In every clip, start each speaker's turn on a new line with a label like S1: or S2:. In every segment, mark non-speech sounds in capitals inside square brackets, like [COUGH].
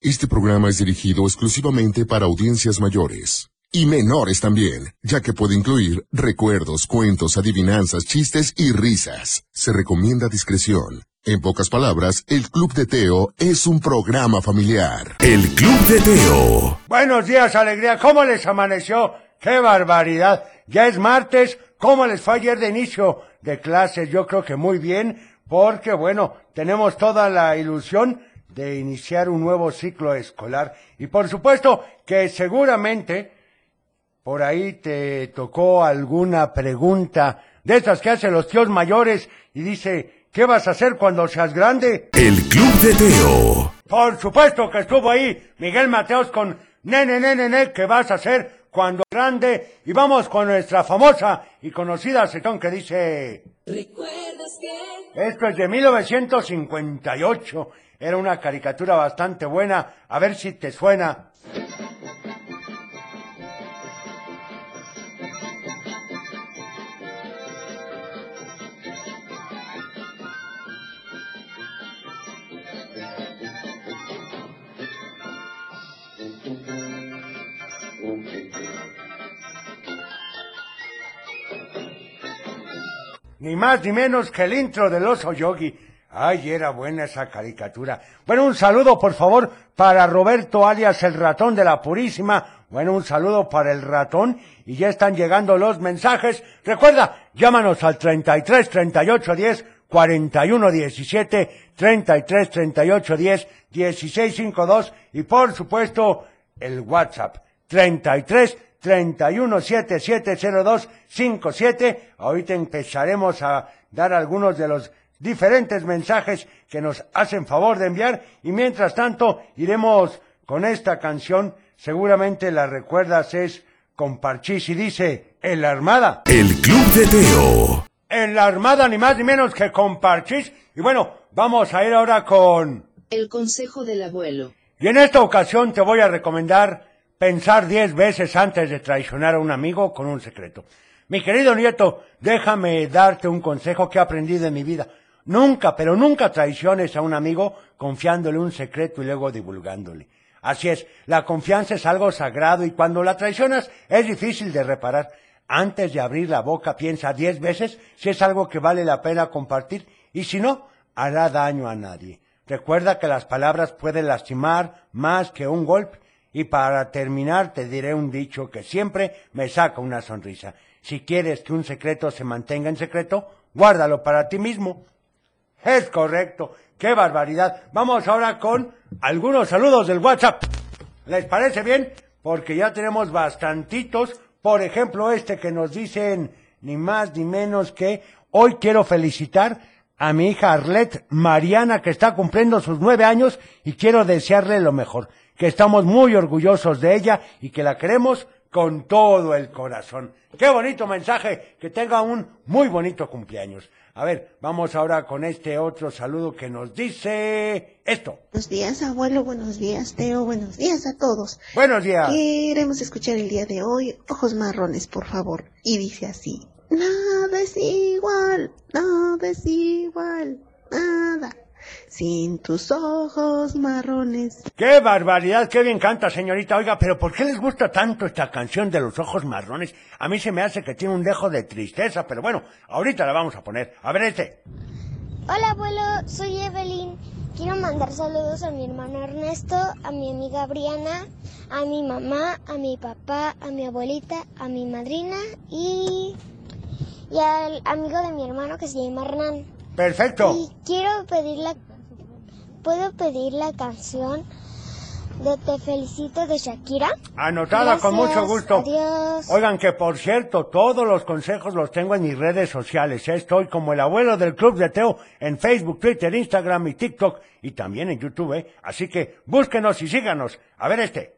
S1: Este programa es dirigido exclusivamente para audiencias mayores y menores también, ya que puede incluir recuerdos, cuentos, adivinanzas, chistes y risas. Se recomienda discreción. En pocas palabras, el Club de Teo es un programa familiar.
S2: El Club de Teo.
S3: Buenos días, alegría. ¿Cómo les amaneció? ¡Qué barbaridad! Ya es martes. ¿Cómo les fue ayer de inicio de clases? Yo creo que muy bien, porque bueno, tenemos toda la ilusión de iniciar un nuevo ciclo escolar. Y por supuesto que seguramente por ahí te tocó alguna pregunta de esas que hacen los tíos mayores y dice, ¿qué vas a hacer cuando seas grande?
S2: El Club de Teo.
S3: Por supuesto que estuvo ahí Miguel Mateos con Nene, Nene, Nene, ¿qué vas a hacer cuando grande? Y vamos con nuestra famosa y conocida sección que dice...
S4: ¿Recuerdas que?
S3: Esto es de 1958. Era una caricatura bastante buena. A ver si te suena. Ni más ni menos que el intro del oso yogi. Ay, era buena esa caricatura. Bueno, un saludo, por favor, para Roberto alias el ratón de la Purísima. Bueno, un saludo para el ratón. Y ya están llegando los mensajes. Recuerda, llámanos al 33 38 10 41 17 33 38 10 16 52 y por supuesto el WhatsApp 33 31 7702 57. Ahorita empezaremos a dar algunos de los diferentes mensajes que nos hacen favor de enviar y mientras tanto iremos con esta canción, seguramente la recuerdas es con Parchís y dice En la Armada.
S2: El Club de Teo.
S3: En la Armada ni más ni menos que con Parchís y bueno, vamos a ir ahora con...
S4: El consejo del abuelo.
S3: Y en esta ocasión te voy a recomendar pensar diez veces antes de traicionar a un amigo con un secreto. Mi querido nieto, déjame darte un consejo que aprendí de mi vida. Nunca, pero nunca traiciones a un amigo confiándole un secreto y luego divulgándole. Así es, la confianza es algo sagrado y cuando la traicionas es difícil de reparar. Antes de abrir la boca piensa diez veces si es algo que vale la pena compartir y si no, hará daño a nadie. Recuerda que las palabras pueden lastimar más que un golpe. Y para terminar te diré un dicho que siempre me saca una sonrisa. Si quieres que un secreto se mantenga en secreto, guárdalo para ti mismo. Es correcto. ¡Qué barbaridad! Vamos ahora con algunos saludos del WhatsApp. ¿Les parece bien? Porque ya tenemos bastantitos. Por ejemplo, este que nos dicen ni más ni menos que hoy quiero felicitar a mi hija Arlet Mariana que está cumpliendo sus nueve años y quiero desearle lo mejor, que estamos muy orgullosos de ella y que la queremos con todo el corazón. Qué bonito mensaje, que tenga un muy bonito cumpleaños. A ver, vamos ahora con este otro saludo que nos dice esto.
S5: Buenos días, abuelo. Buenos días, Teo. Buenos días a todos.
S3: Buenos días.
S5: Queremos escuchar el día de hoy Ojos Marrones, por favor. Y dice así. Nada es igual, nada es igual, nada. Sin tus ojos marrones.
S3: ¡Qué barbaridad! ¡Qué bien canta, señorita! Oiga, pero ¿por qué les gusta tanto esta canción de los ojos marrones? A mí se me hace que tiene un dejo de tristeza, pero bueno, ahorita la vamos a poner. A ver este.
S6: Hola abuelo, soy Evelyn. Quiero mandar saludos a mi hermano Ernesto, a mi amiga Briana, a mi mamá, a mi papá, a mi abuelita, a mi madrina y, y al amigo de mi hermano que se llama Hernán.
S3: Perfecto.
S6: Y quiero pedir la... ¿Puedo pedir la canción de Te felicito de Shakira?
S3: Anotada con mucho
S6: Gracias,
S3: gusto.
S6: adiós.
S3: Oigan, que por cierto, todos los consejos los tengo en mis redes sociales. ¿eh? Estoy como el abuelo del Club de Teo en Facebook, Twitter, Instagram y TikTok y también en YouTube. ¿eh? Así que búsquenos y síganos. A ver este.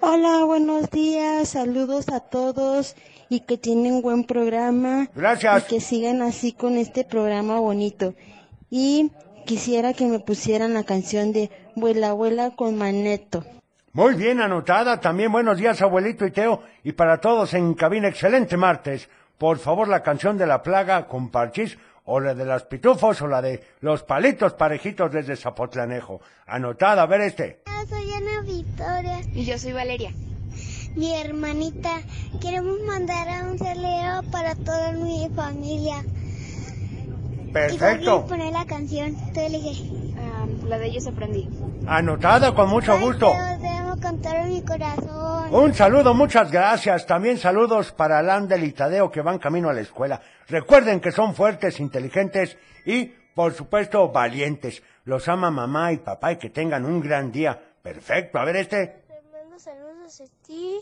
S7: Hola, buenos días, saludos a todos y que tienen buen programa.
S3: Gracias.
S7: Y que sigan así con este programa bonito. Y quisiera que me pusieran la canción de Vuela, abuela con Maneto.
S3: Muy bien anotada. También buenos días, abuelito y Teo. Y para todos en cabina, excelente martes. Por favor, la canción de la plaga con Parchís o la de los pitufos o la de los palitos parejitos desde Zapotlanejo. Anotada, a ver este.
S8: Yo soy Ana Victoria.
S9: Y yo soy Valeria.
S8: Mi hermanita, queremos mandar a un saludo para toda mi familia. Y
S3: Perfecto.
S8: voy a poner la canción, tú elige.
S9: Am, Ah, la de ellos aprendí.
S3: Anotada con mucho gusto. Oh.
S8: Ay, Te amo con todo mi corazón.
S3: Un saludo, muchas gracias. También saludos para Landel y Tadeo que van camino a la escuela. Recuerden que son fuertes, inteligentes y, por supuesto, valientes. Los ama mamá y papá y que tengan un gran día. Perfecto. A ver este.
S8: Te mando saludos a ti.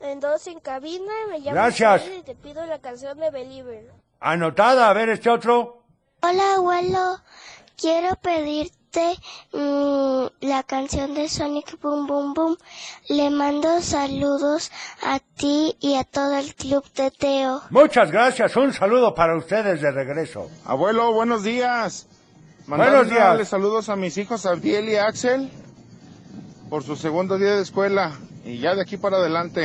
S8: En dos en cabina, me llamo
S3: Gracias.
S8: Isabel Y te pido la canción de Believer.
S3: Anotada. A ver este otro.
S8: Hola, abuelo. Quiero pedirte mm, la canción de Sonic Boom Boom Boom. Le mando saludos a ti y a todo el club de Teo.
S3: Muchas gracias. Un saludo para ustedes de regreso.
S7: Abuelo, buenos días.
S3: Buenos días.
S7: Mandarle saludos a mis hijos Abdiel y Axel por su segundo día de escuela y ya de aquí para adelante.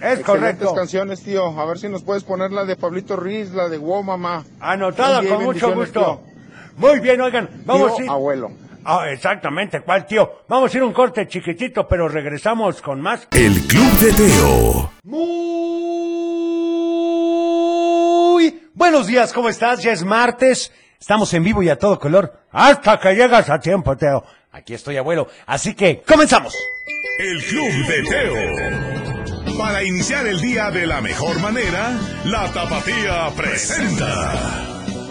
S3: Es
S7: Excelentes
S3: correcto.
S7: canciones, tío. A ver si nos puedes poner la de Pablito Ruiz, la de Wow Mamá.
S3: Anotada
S7: Buen día y
S3: con mucho
S7: bendiciones,
S3: gusto. Muy bien, oigan.
S7: tío.
S3: Vamos a
S7: Tío,
S3: ir-
S7: abuelo.
S3: Ah, exactamente, ¿cuál tío? Vamos a ir a un corte chiquitito, pero regresamos con más.
S2: El Club de Teo.
S3: Muy buenos días, ¿cómo estás? Ya es martes, estamos en vivo y a todo color, hasta que llegas a tiempo, Teo. Aquí estoy, abuelo, así que comenzamos.
S2: El Club de Teo. Para iniciar el día de la mejor manera, la Tapatía presenta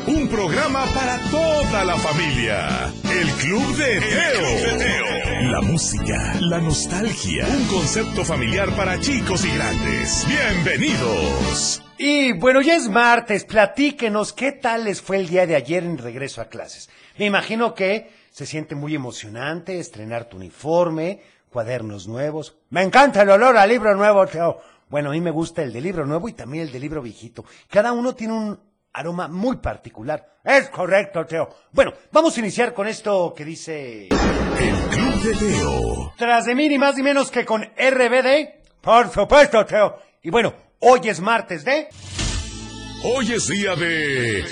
S2: un programa para toda la familia. El Club de Teo. La música, la nostalgia, un concepto familiar para chicos y grandes. Bienvenidos.
S3: Y bueno, ya es martes, platíquenos qué tal les fue el día de ayer en regreso a clases. Me imagino que se siente muy emocionante estrenar tu uniforme, cuadernos nuevos. Me encanta el olor a libro nuevo, Teo. Bueno, a mí me gusta el de libro nuevo y también el de libro viejito. Cada uno tiene un aroma muy particular. Es correcto, Teo. Bueno, vamos a iniciar con esto que dice...
S2: El Club de Teo.
S3: Tras de mí ni más ni menos que con RBD. Por supuesto, Teo. Y bueno, hoy es martes de...
S2: Hoy es día de...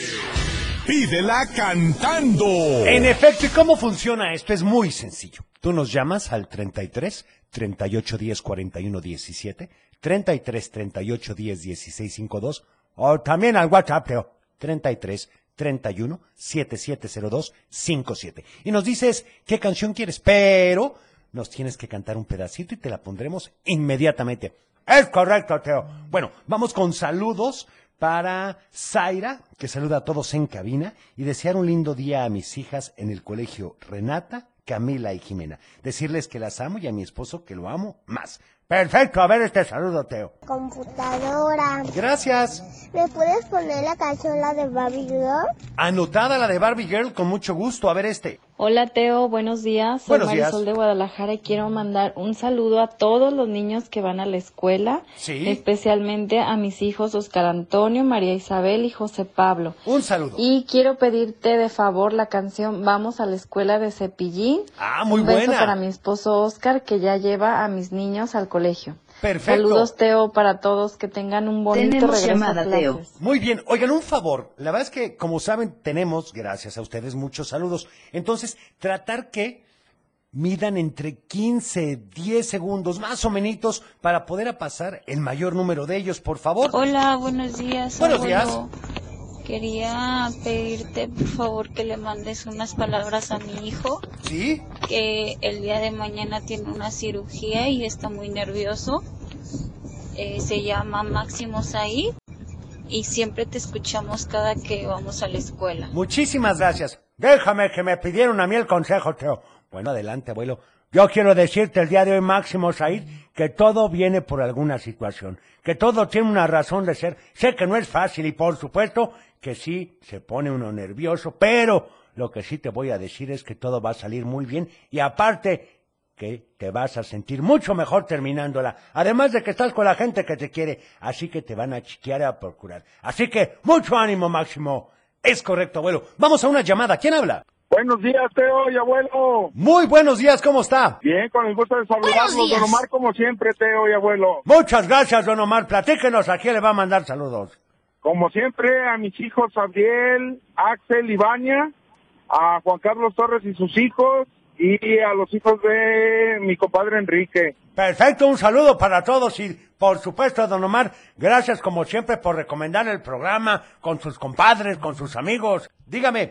S2: Pídela cantando.
S3: En efecto, ¿y cómo funciona esto? Es muy sencillo. Tú nos llamas al 33 38 10 41 17, 33 38 10 16 52 o también al WhatsApp, Teo, 33 31 7702 57. Y nos dices qué canción quieres, pero nos tienes que cantar un pedacito y te la pondremos inmediatamente. Es correcto, Teo. Bueno, vamos con saludos para Zaira, que saluda a todos en cabina, y desear un lindo día a mis hijas en el colegio Renata, Camila y Jimena. Decirles que las amo y a mi esposo que lo amo más. Perfecto, a ver este saludo, Teo.
S8: Computadora,
S3: Gracias.
S8: ¿me puedes poner la canción la de Babylon?
S3: Anotada la de Barbie Girl con mucho gusto. A ver este.
S9: Hola Teo, buenos días. Soy
S3: Buenos días.
S9: Marisol de Guadalajara y quiero mandar un saludo a todos los niños que van a la escuela,
S3: Sí.
S9: especialmente a mis hijos Oscar Antonio, María Isabel y José Pablo.
S3: Un saludo.
S9: Y quiero pedirte de favor la canción Vamos a la escuela de Cepillín.
S3: Ah, muy
S9: Un beso
S3: buena.
S9: para mi esposo Oscar que ya lleva a mis niños al colegio.
S3: Perfecto.
S9: Saludos Teo para todos que tengan un bonito
S10: Tenemos
S9: regreso
S10: llamada,
S9: a clases.
S10: Teo.
S3: Muy bien, oigan un favor, la verdad es que como saben tenemos, gracias a ustedes, muchos saludos. Entonces, tratar que midan entre 15, 10 segundos, más o menos, para poder a pasar el mayor número de ellos, por favor.
S11: Hola, buenos días.
S3: Buenos
S11: abuelo. Quería pedirte, por favor, que le mandes unas palabras a mi hijo,
S3: ¿Sí?
S11: que el día de mañana tiene una cirugía y está muy nervioso. Eh, se llama Máximo Saí y siempre te escuchamos cada que vamos a la escuela.
S3: Muchísimas gracias. Déjame que me pidieron a mí el consejo, Teo. Bueno, adelante, abuelo. Yo quiero decirte el día de hoy, Máximo Said, que todo viene por alguna situación, que todo tiene una razón de ser. Sé que no es fácil y por supuesto que sí se pone uno nervioso, pero lo que sí te voy a decir es que todo va a salir muy bien y aparte que te vas a sentir mucho mejor terminándola. Además de que estás con la gente que te quiere, así que te van a chiquear y a procurar. Así que mucho ánimo, Máximo. Es correcto, abuelo. Vamos a una llamada. ¿Quién habla?
S7: Buenos días, Teo y abuelo.
S3: Muy buenos días, ¿cómo está?
S7: Bien, con el gusto de saludarlos, don Omar, como siempre, Teo y abuelo.
S3: Muchas gracias, don Omar. Platíquenos a quién le va a mandar saludos.
S7: Como siempre, a mis hijos Abdiel, Axel y Baña, a Juan Carlos Torres y sus hijos, y a los hijos de mi compadre Enrique.
S3: Perfecto, un saludo para todos y por supuesto, don Omar, gracias como siempre por recomendar el programa con sus compadres, con sus amigos. Dígame,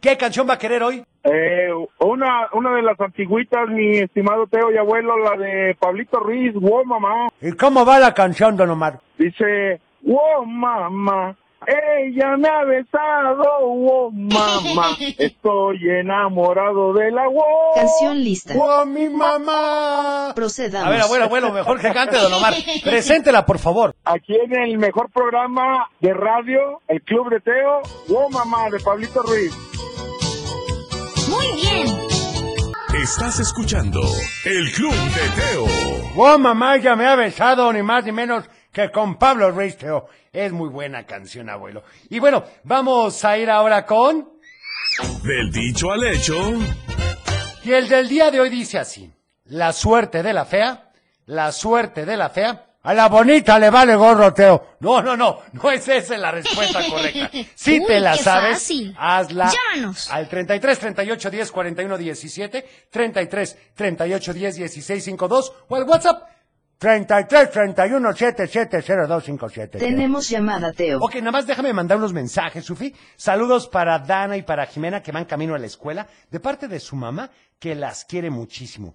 S3: ¿qué canción va a querer hoy?
S7: Eh, una, una de las antiguitas, mi estimado Teo y abuelo, la de Pablito Ruiz, wow mamá.
S3: ¿Y cómo va la canción, don Omar?
S7: Dice, wow mamá, ella me ha besado, wow mamá, estoy enamorado de la wow.
S12: Canción lista.
S7: Wow mi mamá.
S12: Procedamos.
S3: A ver, abuelo, abuelo, mejor que cante, don Omar. Preséntela, por favor.
S7: Aquí en el mejor programa de radio, el Club de Teo, wow mamá, de Pablito Ruiz.
S12: Muy bien.
S2: Estás escuchando el Club de Teo.
S3: Wow, mamá, ya me ha besado, ni más ni menos que con Pablo Ruiz Teo. Es muy buena canción, abuelo. Y bueno, vamos a ir ahora con...
S2: Del dicho al hecho,
S3: Y el del día de hoy dice así. La suerte de la fea, la suerte de la fea, a la bonita le vale gorroteo. No, no, no, no es esa la
S12: [LAUGHS]
S3: respuesta correcta. Si
S12: Uy,
S3: te la
S12: qué
S3: sabes,
S12: fácil.
S3: hazla
S12: Llámanos.
S3: al 33 38 10 41 17, 33 38 10 16 52 o al WhatsApp 33 31 77 02 57.
S12: Tenemos llamada, Teo.
S3: Ok, nada más déjame mandar unos mensajes, Sufi. Saludos para Dana y para Jimena que van camino a la escuela de parte de su mamá que las quiere muchísimo.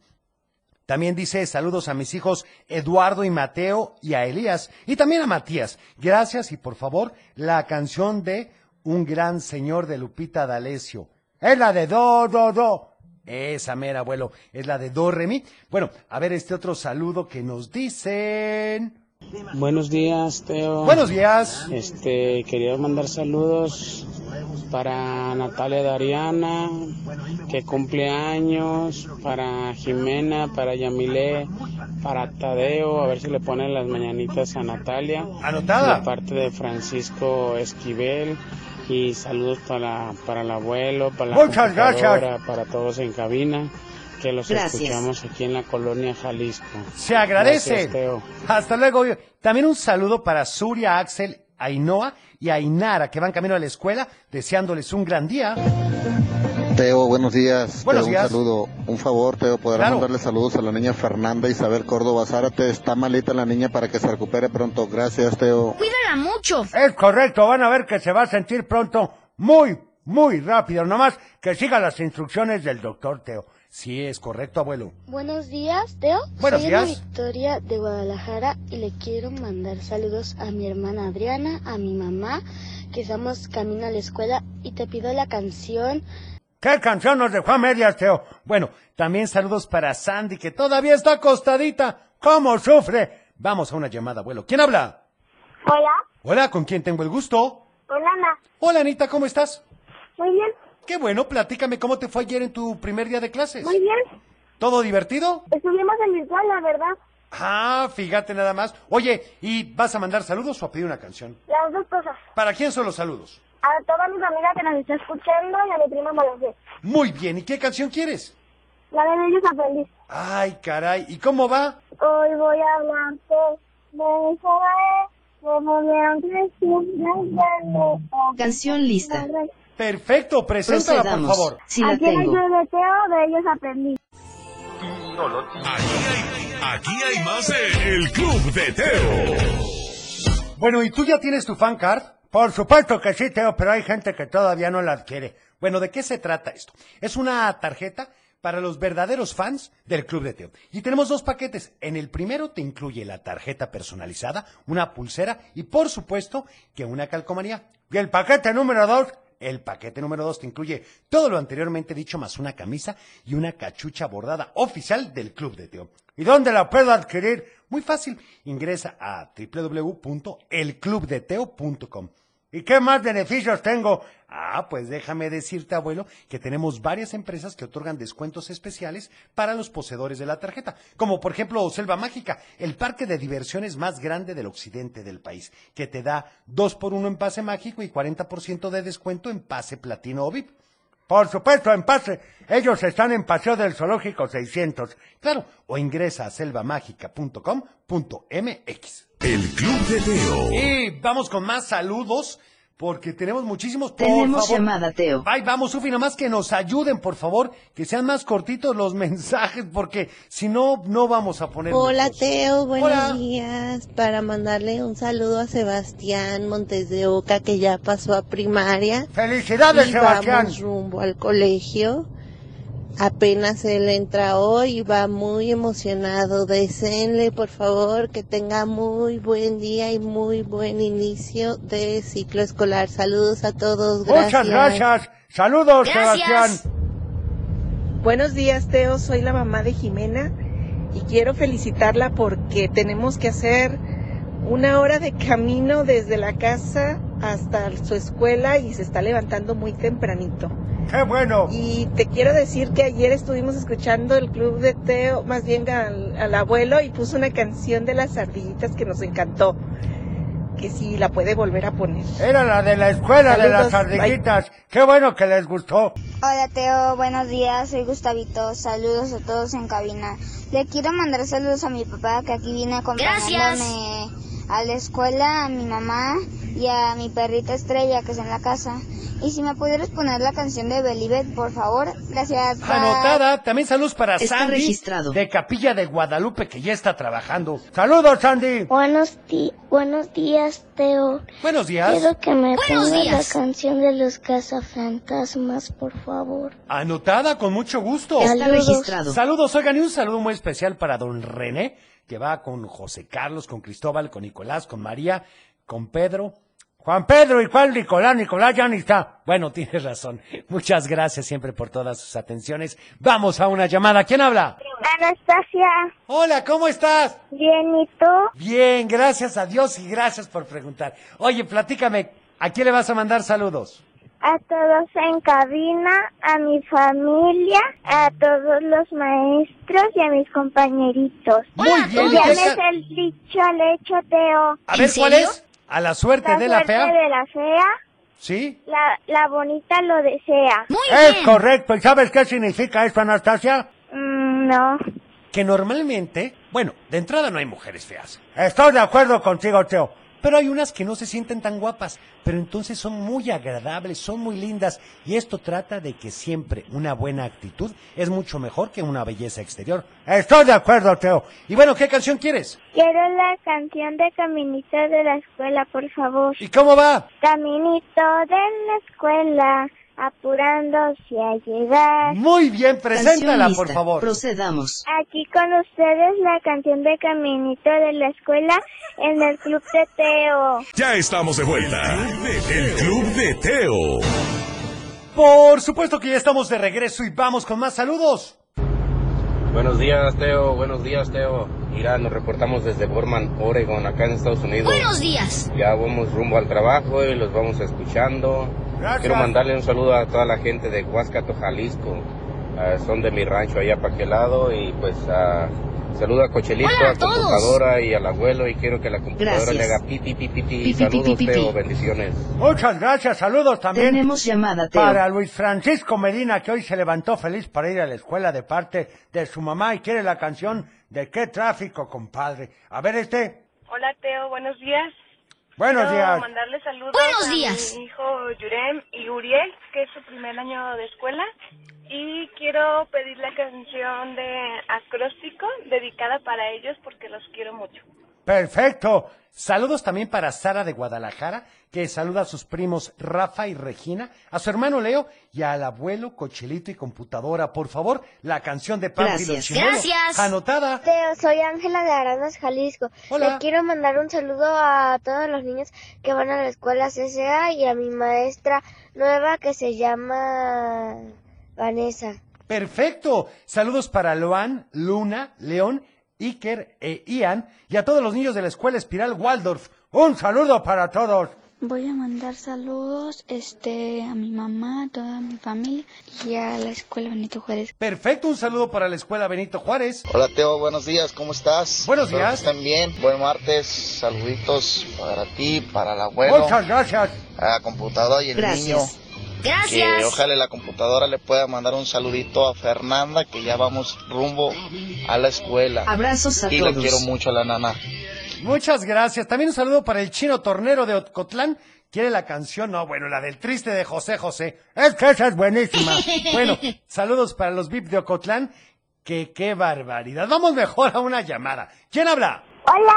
S3: También dice saludos a mis hijos Eduardo y Mateo y a Elías y también a Matías. Gracias y por favor la canción de Un gran señor de Lupita D'Alessio. Es la de Do, Do, Do. Esa mera, abuelo. Es la de Do, Re, Mi. Bueno, a ver este otro saludo que nos dicen.
S13: Buenos días, Teo.
S3: Buenos días.
S13: Este, quería mandar saludos para Natalia Dariana, que cumple años, para Jimena, para Yamile, para Tadeo, a ver si le ponen las mañanitas a Natalia.
S3: Anotada.
S13: De parte de Francisco Esquivel. Y saludos para, para el abuelo, para la
S3: Muchas gracias.
S13: computadora, para todos en cabina, que los
S12: Gracias.
S13: escuchamos aquí en la colonia Jalisco.
S3: Se agradece.
S13: Gracias, Teo.
S3: Hasta luego. También un saludo para Surya, Axel, Ainhoa y Ainara, que van camino a la escuela, deseándoles un gran día.
S14: Teo, buenos días.
S3: Buenos
S14: Teo,
S3: días.
S14: Un saludo. Un favor, Teo, podrás
S3: Claro.
S14: mandarle saludos a la niña Fernanda Isabel Córdoba Zárate. Está malita la niña para que se recupere pronto. Gracias, Teo.
S12: Cuídala mucho.
S3: Es correcto, van a ver que se va a sentir pronto muy, muy rápido. Nomás que siga las instrucciones del doctor Teo. Sí, es correcto, abuelo.
S15: Buenos días, Teo.
S3: Buenos
S15: Soy
S3: días.
S15: Ana Victoria de Guadalajara y le quiero mandar saludos a mi hermana Adriana, a mi mamá, que estamos camino a la escuela y te pido la canción
S3: ¿Qué canción nos dejó a medias, Teo? Bueno, también saludos para Sandy, que todavía está acostadita. ¿Cómo sufre? Vamos a una llamada, abuelo. ¿Quién habla?
S8: Hola,
S3: Hola, ¿con quién tengo el gusto?
S8: hola Ana.
S3: Hola, Anita, ¿cómo estás?
S8: Muy bien,
S3: Qué bueno, platícame cómo te fue ayer en tu primer día de clases.
S8: muy bien.
S3: ¿Todo divertido?
S8: Estuvimos en virtual, la verdad.
S3: Ah, fíjate nada más. Oye, ¿y vas a mandar saludos o a pedir una canción?
S8: Las dos cosas.
S3: ¿Para quién son los saludos?
S8: A toda mi familia que nos está escuchando y a mi prima Malacé.
S3: Muy bien, ¿y qué canción quieres?
S8: La de ellos aprendí.
S3: Ay, caray, ¿y cómo va?
S8: Hoy voy a hablarte de mi saber, como me han crecido.
S12: Canción lista.
S3: Perfecto, preséntala por
S12: Procedamos.
S3: favor.
S12: Sí, la
S8: Aquí en el
S12: tengo.
S8: Club de Teo, de ellos aprendí.
S2: aquí hay, aquí hay más de El Club de Teo.
S3: Bueno, ¿y tú ya tienes tu fan card? Por supuesto que sí, Teo, pero hay gente que todavía no la adquiere. Bueno, ¿de qué se trata esto? Es una tarjeta para los verdaderos fans del Club de Teo. Y tenemos dos paquetes. En el primero te incluye la tarjeta personalizada, una pulsera y por supuesto que una calcomanía. Y el paquete número dos, el paquete número dos te incluye todo lo anteriormente dicho más una camisa y una cachucha bordada oficial del Club de Teo. ¿Y dónde la puedo adquirir? Muy fácil. Ingresa a www.elclubdeteo.com. ¿Y qué más beneficios tengo? Ah, pues déjame decirte, abuelo, que tenemos varias empresas que otorgan descuentos especiales para los poseedores de la tarjeta, como por ejemplo Selva Mágica, el parque de diversiones más grande del occidente del país, que te da 2 por 1 en pase mágico y 40% de descuento en pase platino o VIP. Por supuesto, en pase. Ellos están en Paseo del Zoológico 600. Claro, o ingresa a selvamágica.com.mx.
S2: El Club de Teo.
S3: Y vamos con más saludos porque tenemos muchísimos. Por
S16: Tenemos
S3: favor.
S16: llamada, Teo.
S3: Ay, vamos, Sufi, nada más que nos ayuden, por favor, que sean más cortitos los [LAUGHS] mensajes, porque si no, no vamos a poner.
S17: Hola Teo, buenos
S3: Hola.
S17: días. Para mandarle un saludo a Sebastián Montes de Oca que ya pasó a primaria.
S3: ¡Felicidades,
S17: Y
S3: Sebastián!
S17: Vamos rumbo al colegio. Apenas él entra hoy y va muy emocionado. Deséenle, por favor, que tenga muy buen día y muy buen inicio de ciclo escolar. Saludos a todos.
S3: Muchas gracias. Saludos, Sebastián.
S12: Buenos días, Teo. Soy la mamá de Jimena y quiero felicitarla porque tenemos que hacer una hora de camino desde la casa hasta su escuela y se está levantando muy tempranito.
S3: ¡Qué bueno!
S12: Y te quiero decir que ayer estuvimos escuchando el club de Teo, más bien al, al abuelo, y puso una canción de las ardillitas que nos encantó. Que si la puede volver a poner.
S3: Era la de la escuela de las
S12: Saludos, bye.
S3: ardillitas. ¡Qué bueno que les gustó!
S18: Hola Teo, buenos días, soy Gustavito, saludos a todos en cabina. Le quiero mandar saludos a mi papá que aquí viene acompañándome a la escuela, a mi mamá y a mi perrita Estrella que está en la casa. Y si me pudieras poner la canción de Belibet, por favor, gracias.
S8: Ah.
S18: bye.
S3: Anotada. También saludos para
S18: Está
S3: Sandy
S18: registrado.
S3: de Capilla de Guadalupe, que ya está trabajando. ¡Saludos, Sandy!
S19: Buenos, di- buenos días, Teo.
S3: Buenos días.
S19: Quiero que me
S3: Buenos
S19: pongas la
S3: días.
S19: canción de los cazafantasmas, por favor.
S3: Anotada, con mucho gusto.
S19: Está Saludos. registrado.
S3: Saludos, oigan, y un saludo muy especial para don René, que va con José Carlos, con Cristóbal, con Nicolás, con María, con Pedro. Juan Pedro, ¿y cuál Nicolás? Nicolás ya ni está. Bueno, [LAUGHS] tienes razón. Muchas gracias siempre por todas sus atenciones. Vamos a una llamada. ¿Quién habla?
S8: Anastasia.
S3: Hola, ¿cómo estás?
S8: Bien, ¿y tú?
S3: Bien, gracias a Dios y gracias por preguntar. Oye, platícame, ¿a quién le vas a mandar saludos?
S8: A todos en cabina, a mi familia, a todos los maestros y a mis compañeritos.
S3: Muy bien,
S8: Ya me
S3: Teresa.
S8: sé el dicho al hecho, Teo.
S3: A ver, ¿cuál es? ¿A la suerte
S8: La
S3: de la
S8: suerte
S3: fea?
S8: de la fea,
S3: ¿Sí?
S8: la, la bonita lo desea.
S3: Es correcto. ¿Y sabes qué significa esto, Anastasia?
S8: Mm, no.
S3: Que normalmente, bueno, de entrada no hay mujeres feas. Estoy de acuerdo contigo, Teo. Pero hay unas que no se sienten tan guapas, pero entonces son muy agradables, son muy lindas. Y esto trata de que siempre una buena actitud es mucho mejor que una belleza exterior. Estoy de acuerdo, Teo. Y bueno, ¿qué canción quieres?
S8: Quiero la canción de Caminito de la Escuela, por favor.
S3: ¿Y cómo va?
S8: Caminito de la Escuela, apurándose a llegar.
S3: Muy bien, preséntala,
S16: Canción
S3: por
S16: lista.
S3: favor.
S16: Procedamos.
S8: Aquí con ustedes la canción de Caminito de la Escuela en el Club de Teo.
S2: Ya estamos de vuelta. El Club de Teo.
S3: Por supuesto que ya estamos de regreso y vamos con más saludos.
S7: Buenos días, Teo. Buenos días, Teo. Mira, nos reportamos desde Borman, Oregon, acá en Estados Unidos.
S16: Buenos días.
S7: Ya vamos rumbo al trabajo y los vamos escuchando.
S3: Gracias.
S7: Quiero mandarle un saludo a toda la gente de Huascato, Jalisco. Ah, son de mi rancho allá para aquel lado y pues ah, saludo a Cochelito,
S16: Hola a
S7: a
S16: todos.
S7: computadora y al abuelo y quiero que la computadora
S16: Gracias.
S7: le haga pi pi pi pi
S16: Pi, pi, pi,
S7: pi. Saludos,
S16: pi, pi,
S7: Teo.
S16: pi.
S7: Bendiciones.
S3: Muchas gracias, saludos también.
S16: Tenemos llamada, Teo.
S3: Para Luis Francisco Medina, que hoy se levantó feliz para ir a la escuela de parte de su mamá y quiere la canción de qué tráfico, compadre. A ver este.
S10: Hola Teo, buenos días.
S3: Buenos
S10: Quiero
S3: días.
S10: mandarle saludos
S16: Buenos
S10: a
S16: días.
S10: mi hijo Yurem y Uriel, que es su primer año de escuela. Y quiero pedir la canción de acróstico dedicada para ellos porque los quiero mucho.
S3: Perfecto. Saludos también para Sara de Guadalajara, que saluda a sus primos Rafa y Regina, a su hermano Leo y al abuelo Cochelito y Computadora. Por favor, la canción de Pampi y los
S18: Gracias.
S3: Chimuelos.
S18: Gracias.
S3: Anotada.
S19: Teo, soy Ángela de Arandas, Jalisco.
S3: Hola.
S19: Le quiero mandar un saludo a todos los niños que van a la escuela CCA y a mi maestra nueva que se llama Vanessa.
S3: Perfecto. Saludos para Loan, Luna, León, Iker e Ian y a todos los niños de la Escuela Espiral Waldorf. Un saludo para todos.
S20: Voy a mandar saludos este, a mi mamá, a toda mi familia y a la escuela Benito Juárez.
S3: Perfecto, un saludo para la Escuela Benito Juárez.
S21: Hola Teo, buenos días, ¿cómo estás?
S3: Buenos
S21: Espero
S3: días.
S21: que estén bien, buen martes, saluditos para ti, para el abuelo,
S3: Muchas gracias.
S21: a la computadora y el
S3: Gracias.
S21: niño. Que ojalá la computadora le pueda mandar un saludito a Fernanda, que ya vamos rumbo a la escuela.
S16: Abrazos a
S21: y la
S16: todos.
S21: quiero mucho a la nana.
S3: Muchas gracias. También un saludo para el chino tornero de Otcotlán. ¿Quiere la canción? No, bueno, la del triste de José José. Es que esa es buenísima. Bueno, saludos para los VIP de Ocotlán. Que qué barbaridad. Vamos mejor a una llamada. ¿Quién habla?
S22: Hola,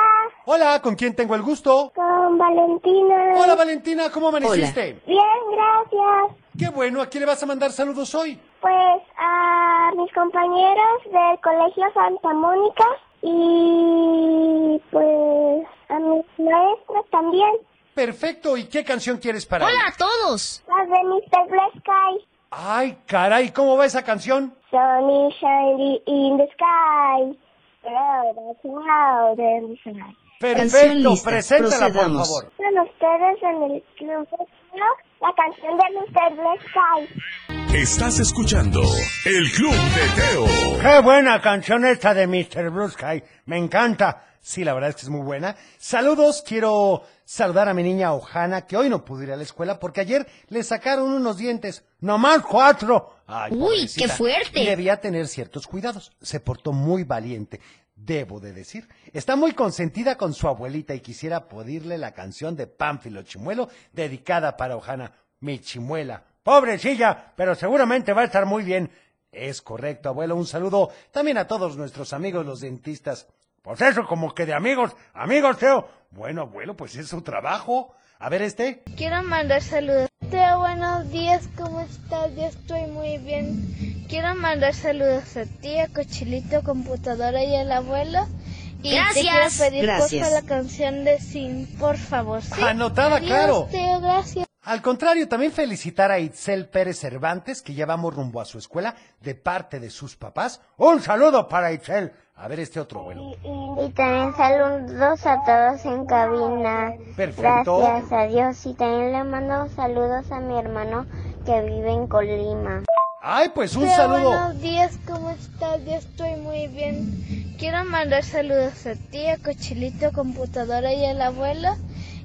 S3: Hola, ¿con quién tengo el gusto?
S22: con Valentina.
S3: Hola Valentina, ¿cómo amaneciste?
S22: Bien, gracias.
S3: Qué bueno, ¿a quién le vas a mandar saludos hoy?
S22: Pues a mis compañeros del Colegio Santa Mónica y pues a mis maestros también.
S3: Perfecto, ¿y qué canción quieres para hoy?
S22: a todos! Las de Mr. Black Sky.
S3: Ay, caray, ¿cómo va esa canción?
S22: Sunny shiny in the sky. Louder, louder in the sky.
S3: Perfecto, preséntala por favor.
S22: Con ustedes en el Club de Tiro, la canción de Mr. Black Sky.
S2: Estás escuchando El Club de Teo.
S23: Qué buena canción esta de Mr. Blue Sky. Me encanta.
S3: Sí, la verdad es que es muy buena. Saludos, quiero saludar a mi niña Ojana, que hoy no pudo ir a la escuela porque ayer le sacaron unos dientes. ¡Nomás cuatro! Ay,
S24: Uy,
S3: pobrecita.
S24: qué fuerte.
S3: Y debía tener ciertos cuidados. Se portó muy valiente, debo de decir. Está muy consentida con su abuelita y quisiera pedirle la canción de Pánfilo Chimuelo dedicada para Ojana, mi chimuela.
S23: Pobrecilla, pero seguramente va a estar muy bien.
S3: Es correcto, abuelo. Un saludo también a todos nuestros amigos los dentistas. Pues eso, como que de amigos, amigos, Teo. Bueno, abuelo, pues es su trabajo. A ver este.
S8: Quiero mandar saludos. Teo, buenos días, ¿cómo estás? Yo estoy muy bien. Quiero mandar saludos a ti, a Cochilito, computadora y al abuelo. Y te quiero
S3: Gracias.
S8: pedir
S3: Gracias.
S8: porfa la canción de Sin, por favor. ¿sí? este.
S3: Anotada,
S8: Adiós,
S3: Ah, claro.
S8: Teo, gracias.
S3: Al contrario, también felicitar a Itzel Pérez Cervantes, que ya vamos rumbo a su escuela de parte de sus papás. Un saludo para Itzel. A ver este otro abuelo.
S25: Y también saludos a todos en cabina.
S3: Perfecto.
S25: Gracias a Dios. Y también le mando saludos a mi hermano que vive en Colima.
S3: Ay, pues un
S8: Teo,
S3: saludo.
S8: Buenos días, ¿cómo estás? Yo estoy muy bien. Quiero mandar saludos a ti, a Cochilito, computadora y al abuelo.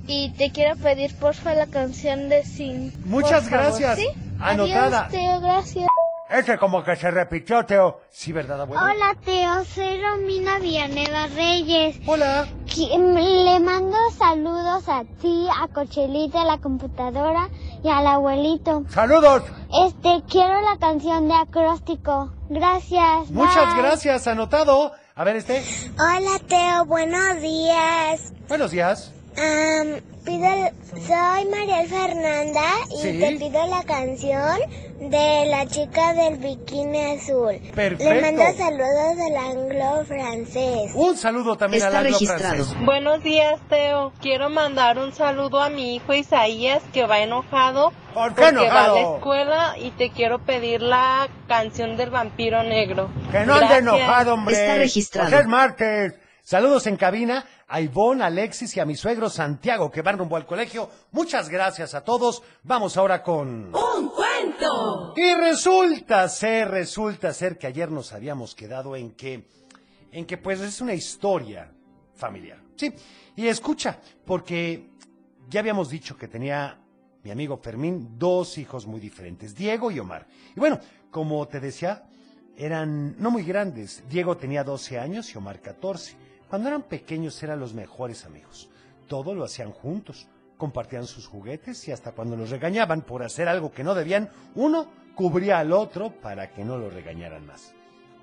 S8: Y te quiero pedir porfa la canción de Sin. por
S3: Muchas
S8: favor,
S3: gracias.
S8: ¿sí?
S3: Anotada.
S8: Adiós, Teo, gracias.
S3: Ese como que se repitió, Teo. Sí, ¿verdad, abuelo?
S8: Hola Teo, soy Romina Villanueva Reyes.
S3: Hola.
S25: Le mando saludos a ti, a Cochelita, a la computadora y al abuelito.
S3: ¡Saludos!
S25: Este, quiero la canción de acróstico. Gracias.
S3: Muchas
S25: bye.
S3: gracias, anotado. A ver este.
S26: Hola Teo, buenos días.
S3: Buenos días.
S26: Am, pido- soy Mariel Fernanda y
S3: Sí.
S26: te pido la canción de la chica del bikini azul.
S3: Perfecto.
S26: Le mando saludos del anglo francés.
S3: Un saludo también al anglo francés.
S9: Buenos días, Teo. Quiero mandar un saludo a mi hijo Isaías que va enojado
S3: ¿Por qué
S9: porque va a
S3: enojado?
S9: la escuela y te quiero pedir la canción del vampiro negro.
S3: Que no ande
S9: Gracias.
S3: enojado, hombre. Pues es martes. Saludos en cabina a Ivonne, Alexis y a mi suegro Santiago que van rumbo al colegio. Muchas gracias a todos. Vamos ahora con...
S27: ¡Un cuento!
S3: Y resulta ser, resulta ser que ayer nos habíamos quedado en que, en que pues es una historia familiar. Sí, y escucha, porque ya habíamos dicho que tenía mi amigo Fermín dos hijos muy diferentes, Diego y Omar. Y bueno, como te decía, eran no muy grandes. Diego tenía 12 años y Omar 14. Cuando eran pequeños eran los mejores amigos. Todo lo hacían juntos. Compartían sus juguetes y hasta cuando los regañaban por hacer algo que no debían, uno cubría al otro para que no lo regañaran más.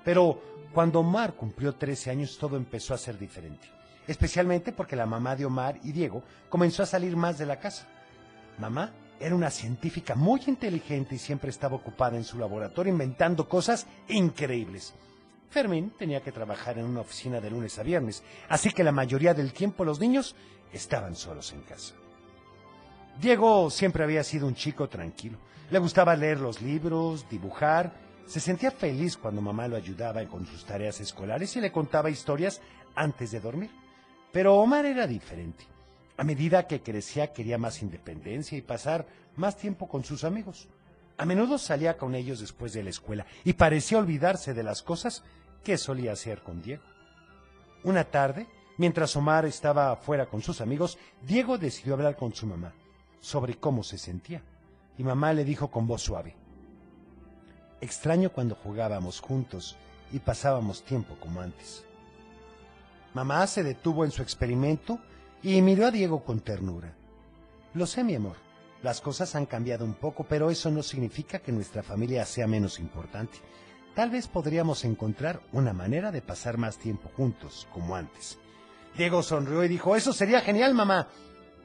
S3: Pero cuando Omar cumplió 13 años todo empezó a ser diferente. Especialmente porque la mamá de Omar y Diego comenzó a salir más de la casa. Mamá era una científica muy inteligente y siempre estaba ocupada en su laboratorio inventando cosas increíbles. Fermín tenía que trabajar en una oficina de lunes a viernes, así que la mayoría del tiempo los niños estaban solos en casa. Diego siempre había sido un chico tranquilo. Le gustaba leer los libros, dibujar. Se sentía feliz cuando mamá lo ayudaba con sus tareas escolares y le contaba historias antes de dormir. Pero Omar era diferente. A medida que crecía quería más independencia y pasar más tiempo con sus amigos. A menudo salía con ellos después de la escuela y parecía olvidarse de las cosas que solía hacer con Diego. Una tarde, mientras Omar estaba afuera con sus amigos, Diego decidió hablar con su mamá sobre cómo se sentía. Y mamá le dijo con voz suave, Extraño cuando jugábamos juntos y pasábamos tiempo como antes. Mamá se detuvo en su experimento y miró a Diego con ternura. Lo sé, mi amor. Las cosas han cambiado un poco, pero eso no significa que nuestra familia sea menos importante. Tal vez podríamos encontrar una manera de pasar más tiempo juntos, como antes. Diego sonrió y dijo, eso sería genial, mamá.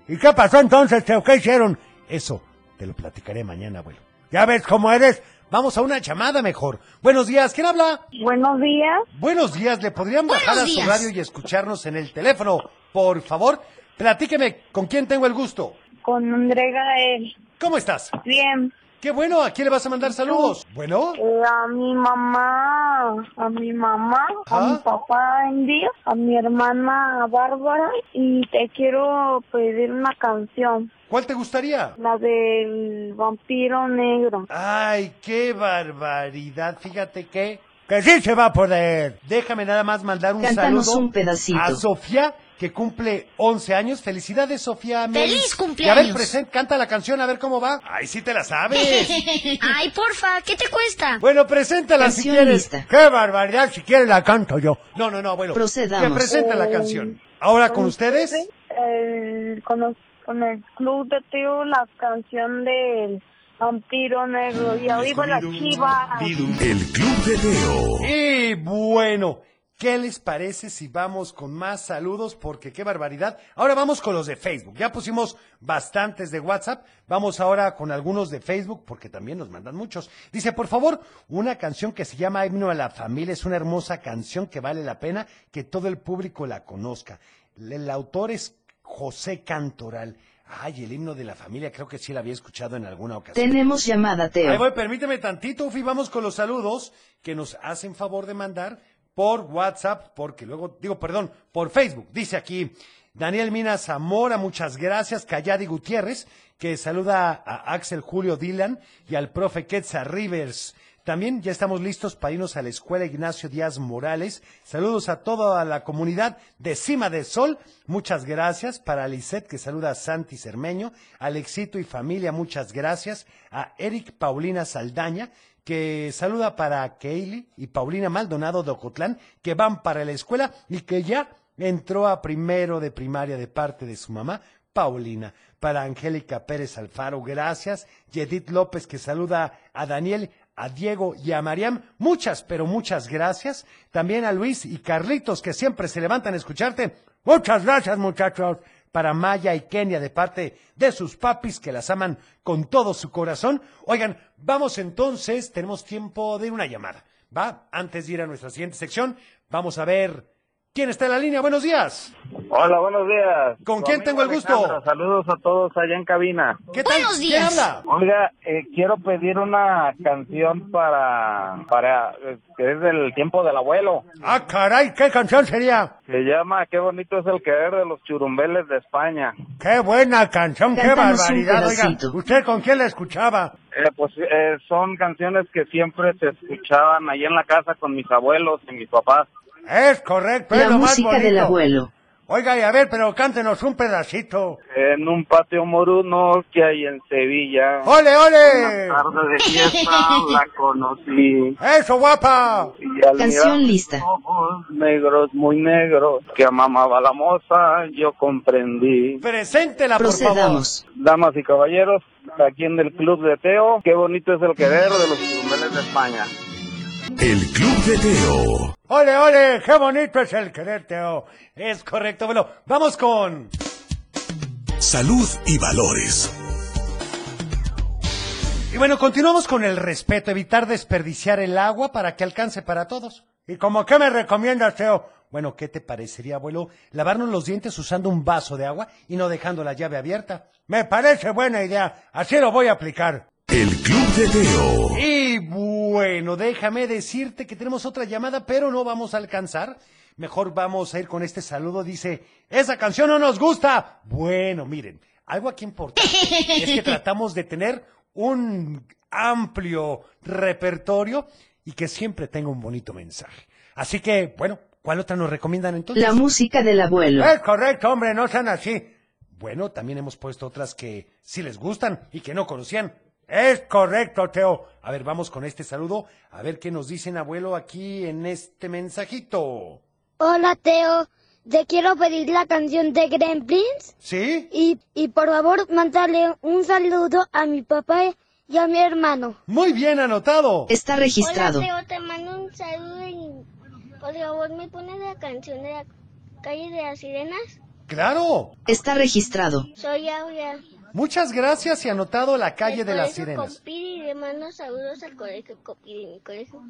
S12: ¿Y qué pasó entonces, Teo? ¿Qué hicieron?
S3: Eso te lo platicaré mañana, abuelo. ¿Ya ves cómo eres? Vamos a una llamada mejor. Buenos días, ¿quién habla?
S9: Buenos días.
S3: Buenos días, ¿le podrían bajar a su
S9: días.
S3: radio y escucharnos en el teléfono? Por favor, platíqueme, ¿con quién tengo el gusto?
S9: Con André Gael.
S3: ¿Cómo estás?
S9: Bien.
S3: Qué bueno, ¿a quién le vas a mandar saludos? Bueno,
S9: Eh, a mi mamá, a mi mamá,
S3: ¿ah?
S9: a mi papá en Dios, a mi hermana Bárbara y te quiero pedir una canción,
S3: ¿cuál te gustaría?
S9: la del vampiro negro.
S3: Ay, qué barbaridad. Fíjate que
S12: Que sí se va a poder.
S3: déjame nada más mandar un
S12: Cántanos
S3: saludo
S12: un pedacito.
S3: a Sofía que cumple 11 años. Felicidades, Sofía. Mel.
S8: ¡Feliz
S3: Y a
S8: cumpleaños!
S3: ver, present, canta la canción a ver cómo va. Ay, sí te la
S8: [LAUGHS]
S3: sabes.
S8: [LAUGHS] Ay, porfa, ¿qué te cuesta?
S3: bueno, preséntala si
S8: Canción
S3: quieres.
S8: lista.
S12: ¡Qué barbaridad! Si quieres la canto yo.
S3: No, no, no, abuelo.
S12: Procedamos.
S3: Que presenta la
S9: Eh,
S3: canción. Ahora con ustedes.
S9: El- con, los- con el club de tío la canción del vampiro negro y arriba la chiva.
S2: El Club de Teo.
S3: Y bueno, ¿qué les parece si vamos con más saludos? Porque qué barbaridad. Ahora vamos con los de Facebook. Ya pusimos bastantes de WhatsApp. Vamos ahora con algunos de Facebook porque también nos mandan muchos. Dice, por favor, una canción que se llama Himno a la Familia. Es una hermosa canción que vale la pena que todo el público la conozca. El autor es José Cantoral. Ay, el himno de la familia, creo que sí la había escuchado en alguna ocasión.
S28: Tenemos llamada,
S3: Ahí
S28: Teo.
S3: voy, permíteme tantito, Ufi, vamos con los saludos que nos hacen favor de mandar por WhatsApp, porque luego, digo, perdón, por Facebook. Dice aquí Daniel Mina Zamora, muchas gracias, Calladi Gutiérrez, que saluda a Axel Julio Dylan y al profe Quetzal Rivers. También ya estamos listos para irnos a la escuela Ignacio Díaz Morales. Saludos a toda la comunidad de Cima del Sol. Muchas gracias. Para Lisette, que saluda a Santi Cermeño. Alexito y familia, muchas gracias. A Eric Paulina Saldaña, que saluda para Keili y Paulina Maldonado de Ocotlán, que van para la escuela y que ya entró a primero de primaria de parte de su mamá. Paulina, para Angélica Pérez Alfaro, gracias. Yedith López que saluda a Daniel, a Diego y a Mariam, muchas, pero muchas gracias. También a Luis y Carlitos que siempre se levantan a escucharte. Muchas gracias, muchachos. Para Maya y Kenia de parte de sus papis que las aman con todo su corazón. Oigan, vamos entonces, tenemos tiempo de una llamada. ¿Va? Antes de ir a nuestra siguiente sección, vamos a ver quién está en la línea. Buenos días.
S7: Hola, buenos días.
S3: ¿Con
S7: Tu
S3: quién
S7: amigo
S3: tengo el gusto?
S7: Alejandro, Saludos a todos allá en cabina.
S3: ¿Qué tal? Buenos ¿Quién días. habla?
S7: Oiga, eh, quiero pedir una canción para, para, eh, que es del tiempo del abuelo.
S12: Ah, caray, ¿qué canción sería?
S7: Se llama Qué bonito es el querer de los churumbeles de España.
S12: ¡Qué buena canción! ¡Qué
S7: Cántanos un
S12: barbaridad! Oiga,
S7: pedacito.
S12: ¿usted con quién la escuchaba?
S7: Eh, pues eh, son canciones que siempre se escuchaban allá en la casa con mis abuelos y mis papás.
S12: Es correcto, es
S7: La
S12: lo más
S7: música
S12: bonito.
S7: del abuelo.
S12: Oiga, y a ver, pero cántenos un pedacito.
S7: En un patio moruno que hay en Sevilla.
S12: ¡Ole, ole!
S7: Una tarde de
S12: [LAUGHS]
S7: fiesta la conocí.
S12: ¡Eso, guapa!
S7: Y al mirar-
S12: lista.
S7: negros, muy negros, que amamaba la moza, yo comprendí.
S3: Preséntela, Ah, por Procedamos.
S7: Damas y caballeros, aquí en el Club de Teo, qué bonito es el querer de los churumbeles de España.
S2: El Club de Teo.
S12: ¡Ole, ole! ¡Qué bonito es el oh. querer, Teo!
S3: Es correcto, bueno, vamos con...
S2: Salud y valores.
S3: Y bueno, continuamos con el respeto, evitar desperdiciar el agua para que alcance para todos.
S12: ¿Y como qué me recomiendas, Teo?
S3: Bueno, ¿qué te parecería, abuelo? Lavarnos los dientes usando un vaso de agua y no dejando la llave abierta.
S12: Me parece buena idea. Así lo voy a aplicar.
S2: El Club de Teo.
S3: Y bueno, déjame decirte que tenemos otra llamada, pero no vamos a alcanzar. Mejor vamos a ir con este saludo. Dice, esa canción no nos gusta. Bueno, miren, algo
S28: [LAUGHS]
S3: aquí importante es que tratamos de tener un amplio repertorio y que siempre tenga un bonito mensaje. Así que, bueno, ¿cuál otra nos recomiendan entonces?
S28: La música del abuelo.
S12: Es correcto, hombre, no sean así.
S3: Bueno, también hemos puesto otras que sí les gustan y que no conocían.
S12: Es correcto, Teo.
S3: A ver, vamos con este saludo, a ver qué nos dicen, abuelo, aquí en este mensajito.
S29: Hola Teo,
S8: Te quiero pedir la canción de Gremlins.
S3: ¿Sí?
S8: Y, y por favor, mándale un saludo a mi papá y a mi hermano.
S3: Muy bien anotado.
S10: Está registrado.
S8: Hola, Teo, te mando un saludo y por favor me pones la canción de la calle de las sirenas.
S3: Claro.
S10: Está registrado.
S8: Soy Aurea.
S3: Muchas gracias y anotado la calle
S8: Del
S3: de las
S8: colegio
S3: sirenas.
S8: Copiri, le mando saludos al colegio Copiri, mi colegio.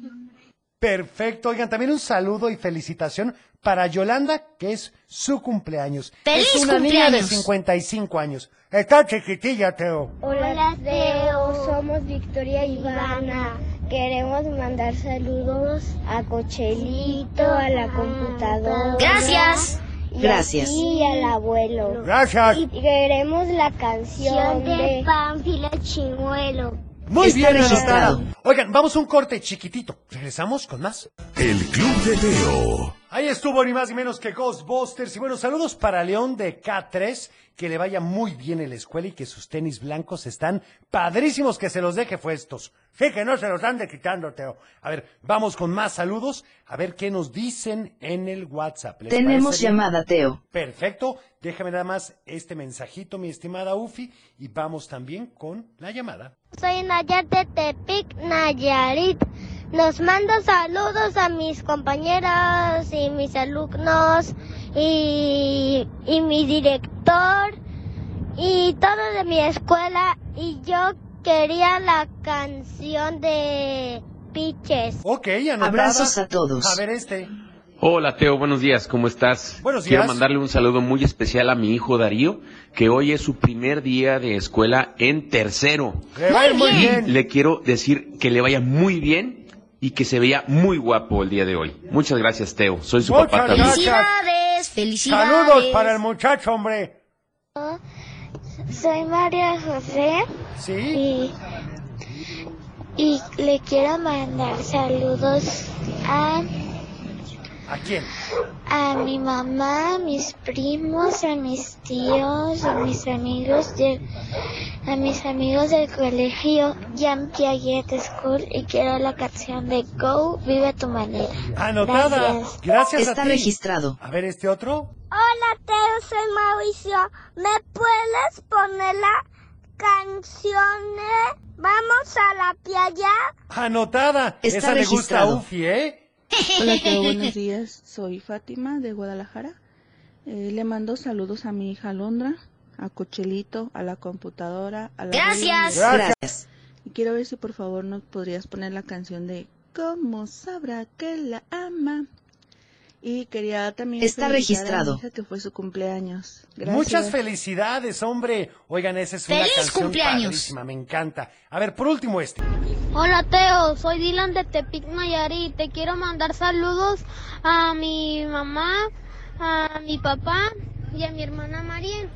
S3: Perfecto. Oigan, también un saludo y felicitación para Yolanda, que es su cumpleaños.
S30: ¡Feliz
S3: es una niña de
S30: cumpleaños!
S3: 55 años. Está chiquitilla, Teo.
S8: Hola,
S31: Hola, Teo.
S8: Teo, somos Victoria y Ivana. Queremos mandar saludos a Cochelito, a la computadora.
S30: Gracias.
S8: Y
S10: Gracias.
S8: a ti Y al abuelo.
S3: Gracias.
S8: Y queremos la canción de
S31: Pánfilo Chimuelo.
S3: Muy
S10: Está
S3: bien
S10: registrado.
S3: anotado. Oigan, vamos a un corte chiquitito. Regresamos con más.
S32: El Club de Teo.
S3: Ahí estuvo ni más ni menos que Ghostbusters. Y bueno, saludos para León de K3. Que le vaya muy bien en la escuela y que sus tenis blancos están padrísimos. Que se los deje puestos. Sí, que no se los ande quitando, Teo. A ver, vamos con más saludos. A ver qué nos dicen en el WhatsApp. ¿Les
S10: Tenemos
S3: parece bien?
S10: llamada, Teo.
S3: Perfecto. Déjame nada más este mensajito, mi estimada Ufi. Y vamos también con la llamada.
S8: Soy Nayar de Tepic, Nayarit. Nos mando saludos a mis compañeros y mis alumnos y, y mi director y todo de mi escuela. Y yo quería la canción de Piches.
S3: Ok, anotada.
S10: Abrazos a todos.
S3: A ver este.
S2: Hola Teo, buenos días, ¿cómo estás?
S3: Buenos días.
S2: Quiero mandarle un saludo muy especial a mi hijo Darío, que hoy es su primer día de escuela en tercero.
S3: Le va a ir muy
S2: Y
S3: bien.
S2: le quiero decir que le vaya muy bien y que se vea muy guapo el día de hoy. Muchas gracias Teo, soy su
S3: Muchas
S2: papá también.
S3: gracias.
S30: Felicidades, felicidades.
S3: Saludos para el muchacho, hombre.
S8: Soy María José
S3: Sí.
S8: y, y le quiero mandar saludos a
S3: ¿A quién?
S8: A mi mamá, a mis primos, a mis tíos, a mis amigos, de, a mis amigos del colegio Jean Piaget School y quiero la canción de Go, vive a tu manera.
S3: Anotada. Gracias,
S8: Gracias.
S3: a ti.
S10: Está registrado.
S3: A ver este otro.
S8: Hola Teo, soy Mauricio. ¿Me puedes poner la canción Vamos a la playa?
S3: Anotada.
S10: Está
S3: Esa le gusta a
S10: registrado.
S3: Ufi, ¿eh?
S12: Hola, Teo, buenos días. Soy Fátima de Guadalajara. Eh, le mando saludos a mi hija Londra, a Cochelito, a la computadora, a la...
S30: Gracias.
S10: Gracias.
S12: Y quiero ver si por favor nos podrías poner la canción de ¿Cómo sabrá que la ama? Y quería también...
S10: Está
S12: felicitar a
S10: registrado.
S12: mi hija que fue su cumpleaños.
S3: Muchas
S12: Gracias.
S3: felicidades, hombre. Oigan, esa es una
S30: ¡Feliz
S3: canción
S30: cumpleaños!
S3: padrísima, me encanta. A ver, por último este.
S8: Hola Teo, soy Dylan de Tepic Nayarit. Te quiero mandar saludos a mi mamá, a mi papá y a mi hermana María.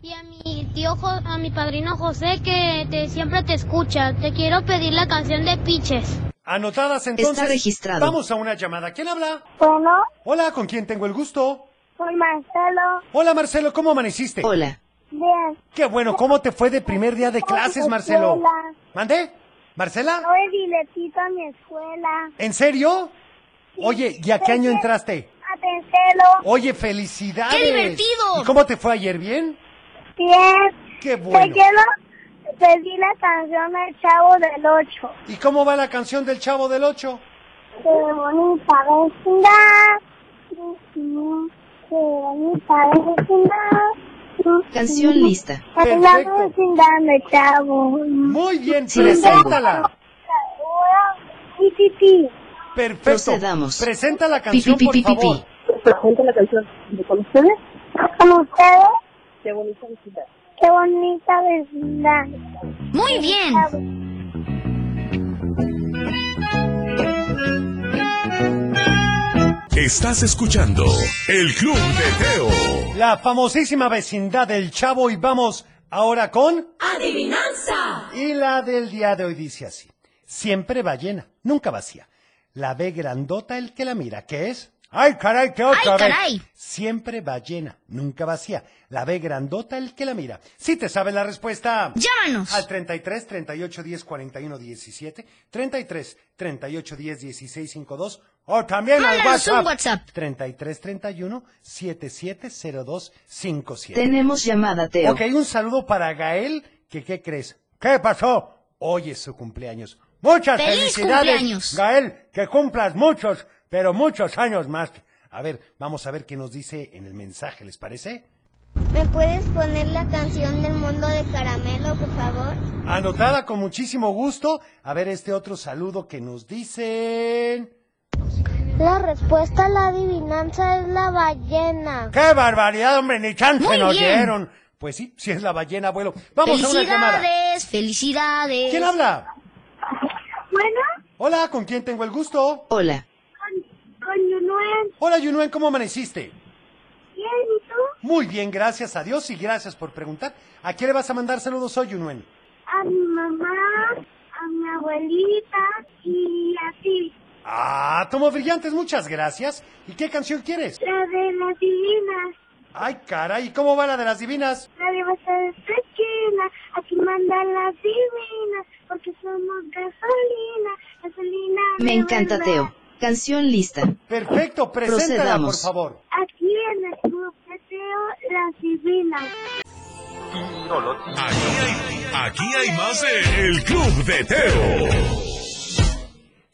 S8: Y a mi tío, Jo- a mi padrino José que te, siempre te escucha. Te quiero pedir la canción de Piches.
S3: Anotadas entonces.
S10: Está registrado.
S3: Vamos a una llamada. ¿Quién habla?
S8: Bueno,
S3: Hola, ¿con quién tengo el gusto?
S8: soy Marcelo.
S3: Hola, Marcelo, ¿cómo amaneciste?
S10: Hola.
S8: Bien,
S3: Qué bueno, ¿cómo te fue de primer día de clases, Marcelo?
S8: Hola.
S3: ¿Mandé? ¿Marcela?
S8: soy Diletito a mi escuela.
S3: ¿En serio? Oye, ¿y a qué año entraste?
S8: Atencelo.
S3: Oye, felicidades.
S30: ¡Qué divertido!
S3: ¿Y cómo te fue ayer? ¿Bien?
S8: Bien.
S3: ¡Qué bueno!
S8: quiero pedir la canción del Chavo del Ocho.
S3: ¿Y cómo va la canción del Chavo del Ocho?
S8: Qué bonita vecindad. Qué bonita vecindad.
S10: Canción lista.
S3: Perfecto.
S8: La vecindad de Chavo.
S3: Muy bien,
S10: Sí, la tengo.
S3: preséntala.
S8: Y tití.
S3: Perfecto.
S10: Procedamos.
S3: Presenta la canción,
S10: Pi, pi,
S3: por
S10: pi, pi,
S3: favor.
S33: presento la canción de con ustedes.
S8: Con ustedes,
S33: Qué bonita visita.
S8: qué bonita vecindad.
S30: Muy bien.
S32: Estás escuchando El Club de Teo.
S3: La famosísima vecindad del Chavo y vamos ahora con... ¡Adivinanza! Y la del día de hoy dice así. Siempre va llena, nunca vacía. La ve grandota el que la mira, ¿qué es? ¡Ay, caray, qué otra
S30: ¡Ay,
S3: vez!
S30: caray!
S3: Siempre va llena, nunca vacía. La ve grandota el que la mira. Si te sabes la respuesta...
S30: Llámanos.
S3: Al 33 38 10 41 17, 33 38 10 16 52 O también al
S34: Mándanos
S3: WhatsApp.
S34: un WhatsApp.
S3: 3331 770257.
S10: Tenemos llamada, Teo.
S3: Ok, un saludo para Gael, que ¿qué crees? ¿Qué pasó? Hoy es su cumpleaños. Muchas
S34: ¡Feliz
S3: felicidades,
S34: cumpleaños!
S3: Gael, que cumplas muchos, pero muchos años más. A ver, vamos a ver qué nos dice en el mensaje, ¿les parece?
S35: ¿Me puedes poner la canción del mundo de caramelo, por favor?
S3: Anotada con muchísimo gusto. A ver este otro saludo que nos dicen.
S36: La respuesta a la adivinanza es la ballena.
S3: ¡Qué barbaridad, hombre! ¡Ni chance
S34: Muy
S3: nos
S34: bien.
S3: dieron! Pues sí, sí es la ballena, abuelo. Vamos a una llamada.
S34: felicidades, felicidades.
S3: ¿Quién habla?
S36: Bueno,
S3: Hola, ¿con quién tengo el gusto?
S10: Hola.
S36: con Yunuen,
S3: Hola, Yunuen, ¿cómo amaneciste?
S36: ¿quién y tú?
S3: Muy bien, gracias a Dios y gracias por preguntar. ¿A quién le vas a mandar saludos hoy, Yunuen?
S36: A mi mamá, a mi abuelita y a ti.
S3: Ah, Tomo Brillantes, muchas gracias. ¿Y qué canción quieres?
S36: La de las divinas,
S3: Ay, caray, ¿cómo va la de las divinas?
S36: la de Basta de tu esquina. Aquí mandan las divinas, porque somos gasolina, gasolina. de
S10: Me encanta,
S36: verdad.
S10: Teo. Canción lista.
S3: Perfecto, preséntala, por
S10: Procedamos.
S3: favor.
S36: Aquí en el club de Teo, las divinas.
S2: Aquí hay, aquí hay más de El Club de Teo.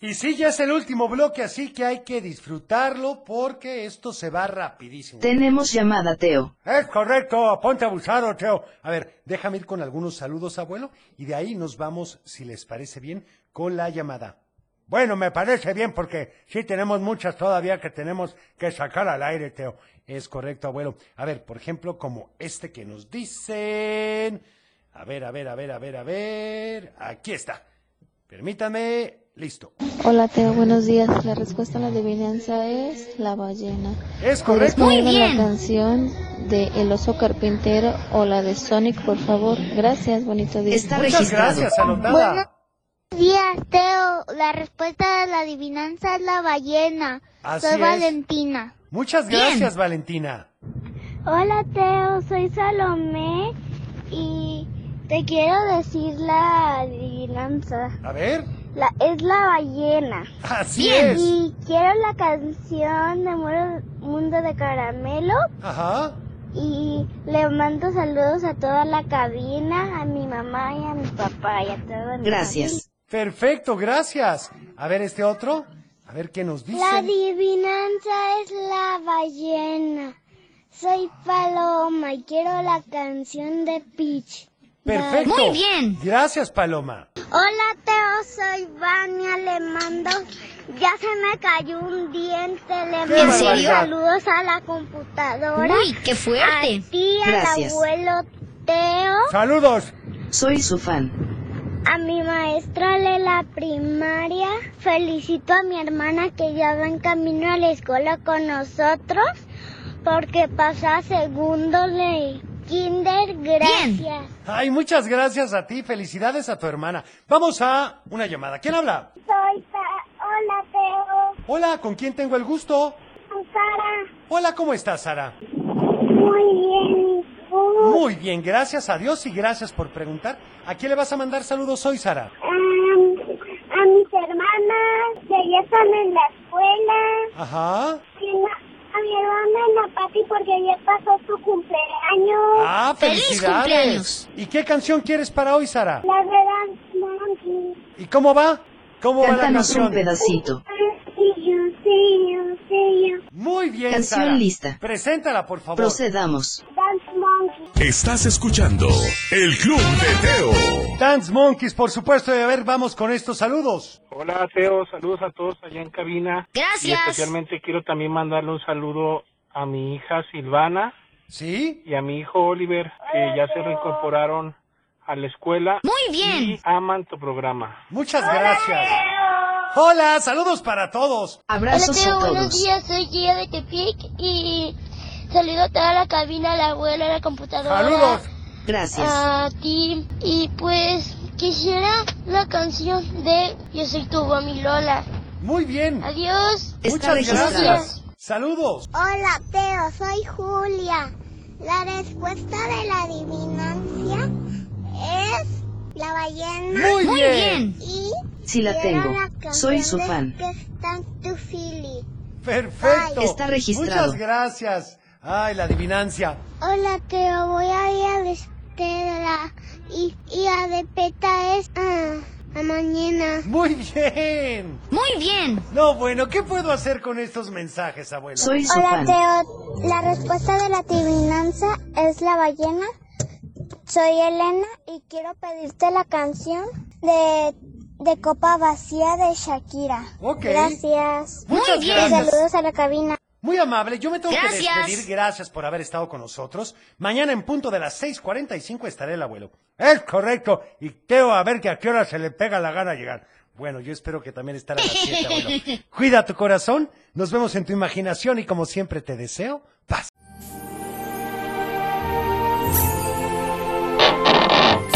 S3: Y sí, ya es el último bloque, así que hay que disfrutarlo porque esto se va rapidísimo.
S10: Tenemos llamada, Teo.
S3: Es correcto, ponte abusado, Teo. A ver, déjame ir con algunos saludos, abuelo, y de ahí nos vamos, si les parece bien, con la llamada. Bueno, me parece bien porque sí tenemos muchas todavía que tenemos que sacar al aire, Teo. Es correcto, abuelo. A ver, por ejemplo, como este que nos dicen. A ver, a ver, a ver, a ver, a ver. Aquí está. Permítame. Listo.
S12: Hola Teo, buenos días. La respuesta a la adivinanza es la ballena.
S3: Es
S12: ¿Puedes
S3: correcto.
S12: poner la canción de El oso carpintero o la de Sonic, por favor? Gracias, bonito día.
S10: Está
S3: Muchas
S10: registrado.
S3: gracias, anotada.
S8: Días, Teo. La respuesta a la adivinanza es la ballena.
S3: Así
S8: Soy
S3: es.
S8: Valentina.
S3: Muchas
S34: Bien.
S3: gracias, Valentina.
S8: Hola, Teo. Soy Salomé y te quiero decir la adivinanza.
S3: A ver. [LAUGHS]
S8: La, es la ballena.
S3: Así
S34: Bien.
S3: es.
S8: Y quiero la canción de Muro- Mundo de Caramelo
S3: Ajá.
S8: y le mando saludos a toda la cabina, a mi mamá y a mi papá y a todos. mis
S10: Gracias.
S3: Perfecto, gracias. A ver este otro. A ver qué nos dice.
S8: La adivinanza es la ballena. Soy Paloma y quiero la canción de Peach.
S3: Perfecto.
S34: Muy bien.
S3: Gracias, Paloma.
S8: Hola Teo, soy Vania, le mando... Ya se me cayó un diente, le
S3: ¿Qué
S8: mando
S34: barbaridad?
S8: saludos a la computadora.
S34: Uy, qué fuerte.
S8: A ti, al
S10: Gracias.
S8: abuelo Teo,
S3: Saludos.
S10: Soy su fan.
S8: a mi maestra de la primaria. Felicito a mi hermana que ya va en camino a la escuela con nosotros porque pasa segundo de kinder. Gracias.
S3: Ay, muchas gracias a ti. Felicidades a tu hermana. Vamos a una llamada. ¿Quién habla?
S8: Soy Hola Teo,
S3: Hola, ¿con quién tengo el gusto?
S8: Sara.
S3: Hola, ¿cómo estás, Sara?
S8: Muy bien.
S3: Muy bien, gracias a Dios y gracias por preguntar. ¿A quién le vas a mandar saludos hoy, Sara?
S8: Am, a mis hermanas que ya están en la escuela.
S3: Ajá.
S8: Y no- a mi hermana en la Pati porque ya pasó su cumpleaños.
S3: Ah,
S34: Feliz
S3: felicidades.
S34: cumpleaños.
S3: ¿Y qué canción quieres para hoy, Sara?
S8: La verdad, Monkey.
S3: ¿Y cómo va? ¿Cómo va la
S10: Cántanos un
S3: canción?
S10: pedacito.
S8: See you, see you, see you.
S3: Muy bien,
S10: Canción
S3: Sara.
S10: lista.
S3: Preséntala, por favor.
S10: Procedamos.
S8: Dance Monkey.
S2: Estás escuchando El Club de Teo.
S3: Dance Monkeys, por supuesto. Y a ver, vamos con estos saludos.
S7: Hola, Teo. Saludos a todos allá en cabina. Y
S34: Gracias.
S7: especialmente quiero también mandarle un saludo a mi hija Silvana
S3: ¿Sí?
S7: y a mi hijo Oliver, que ya se reincorporaron a la escuela.
S34: Muy bien.
S7: Y aman tu programa.
S3: Muchas gracias. Hola, saludos para todos.
S10: Abrazos a todos.
S8: días. Soy Guía de Tepic y saludo a toda la cabina, la abuela, la computadora.
S3: Saludos.
S10: Gracias.
S8: a ti y pues quisiera la canción de Yo soy tu mi Lola.
S3: Muy bien.
S8: Adiós.
S10: Está
S3: Muchas
S10: registrado.
S3: gracias. Saludos.
S8: Hola Teo, soy Julia. La respuesta de la adivinanza es la ballena
S3: Muy
S34: Muy
S3: bien.
S34: bien.
S8: y
S37: Sí la tengo.
S8: las
S37: Soy su fan.
S8: canciones Que están tu Philly.
S3: Perfecto.
S37: Ay. Está registrado.
S3: Muchas gracias. Ay, la adivinancia.
S8: Hola, te lo voy a ir a vestir a la, y, y la de peta es ah, a mañana.
S3: Muy bien.
S8: Muy bien.
S3: No, bueno, ¿qué puedo hacer con estos mensajes, abuela?
S8: Hola, Teo. La respuesta de la adivinanza es la ballena. Soy Elena y quiero pedirte la canción de, de Copa Vacía de Shakira.
S3: Ok.
S8: Gracias.
S3: Muchas Muy bien. gracias.
S8: Saludos a la cabina.
S3: Muy amable, yo me tengo
S8: Gracias.
S3: que despedir. Gracias por haber estado con nosotros. Mañana en punto de las 6:45 estaré el abuelo. Es correcto. Y Teo, a ver que a qué hora se le pega la gana llegar. Bueno, yo espero que también estará a las 7,
S8: [LAUGHS]
S3: abuelo. Cuida tu corazón, nos vemos en tu imaginación y como siempre te deseo paz.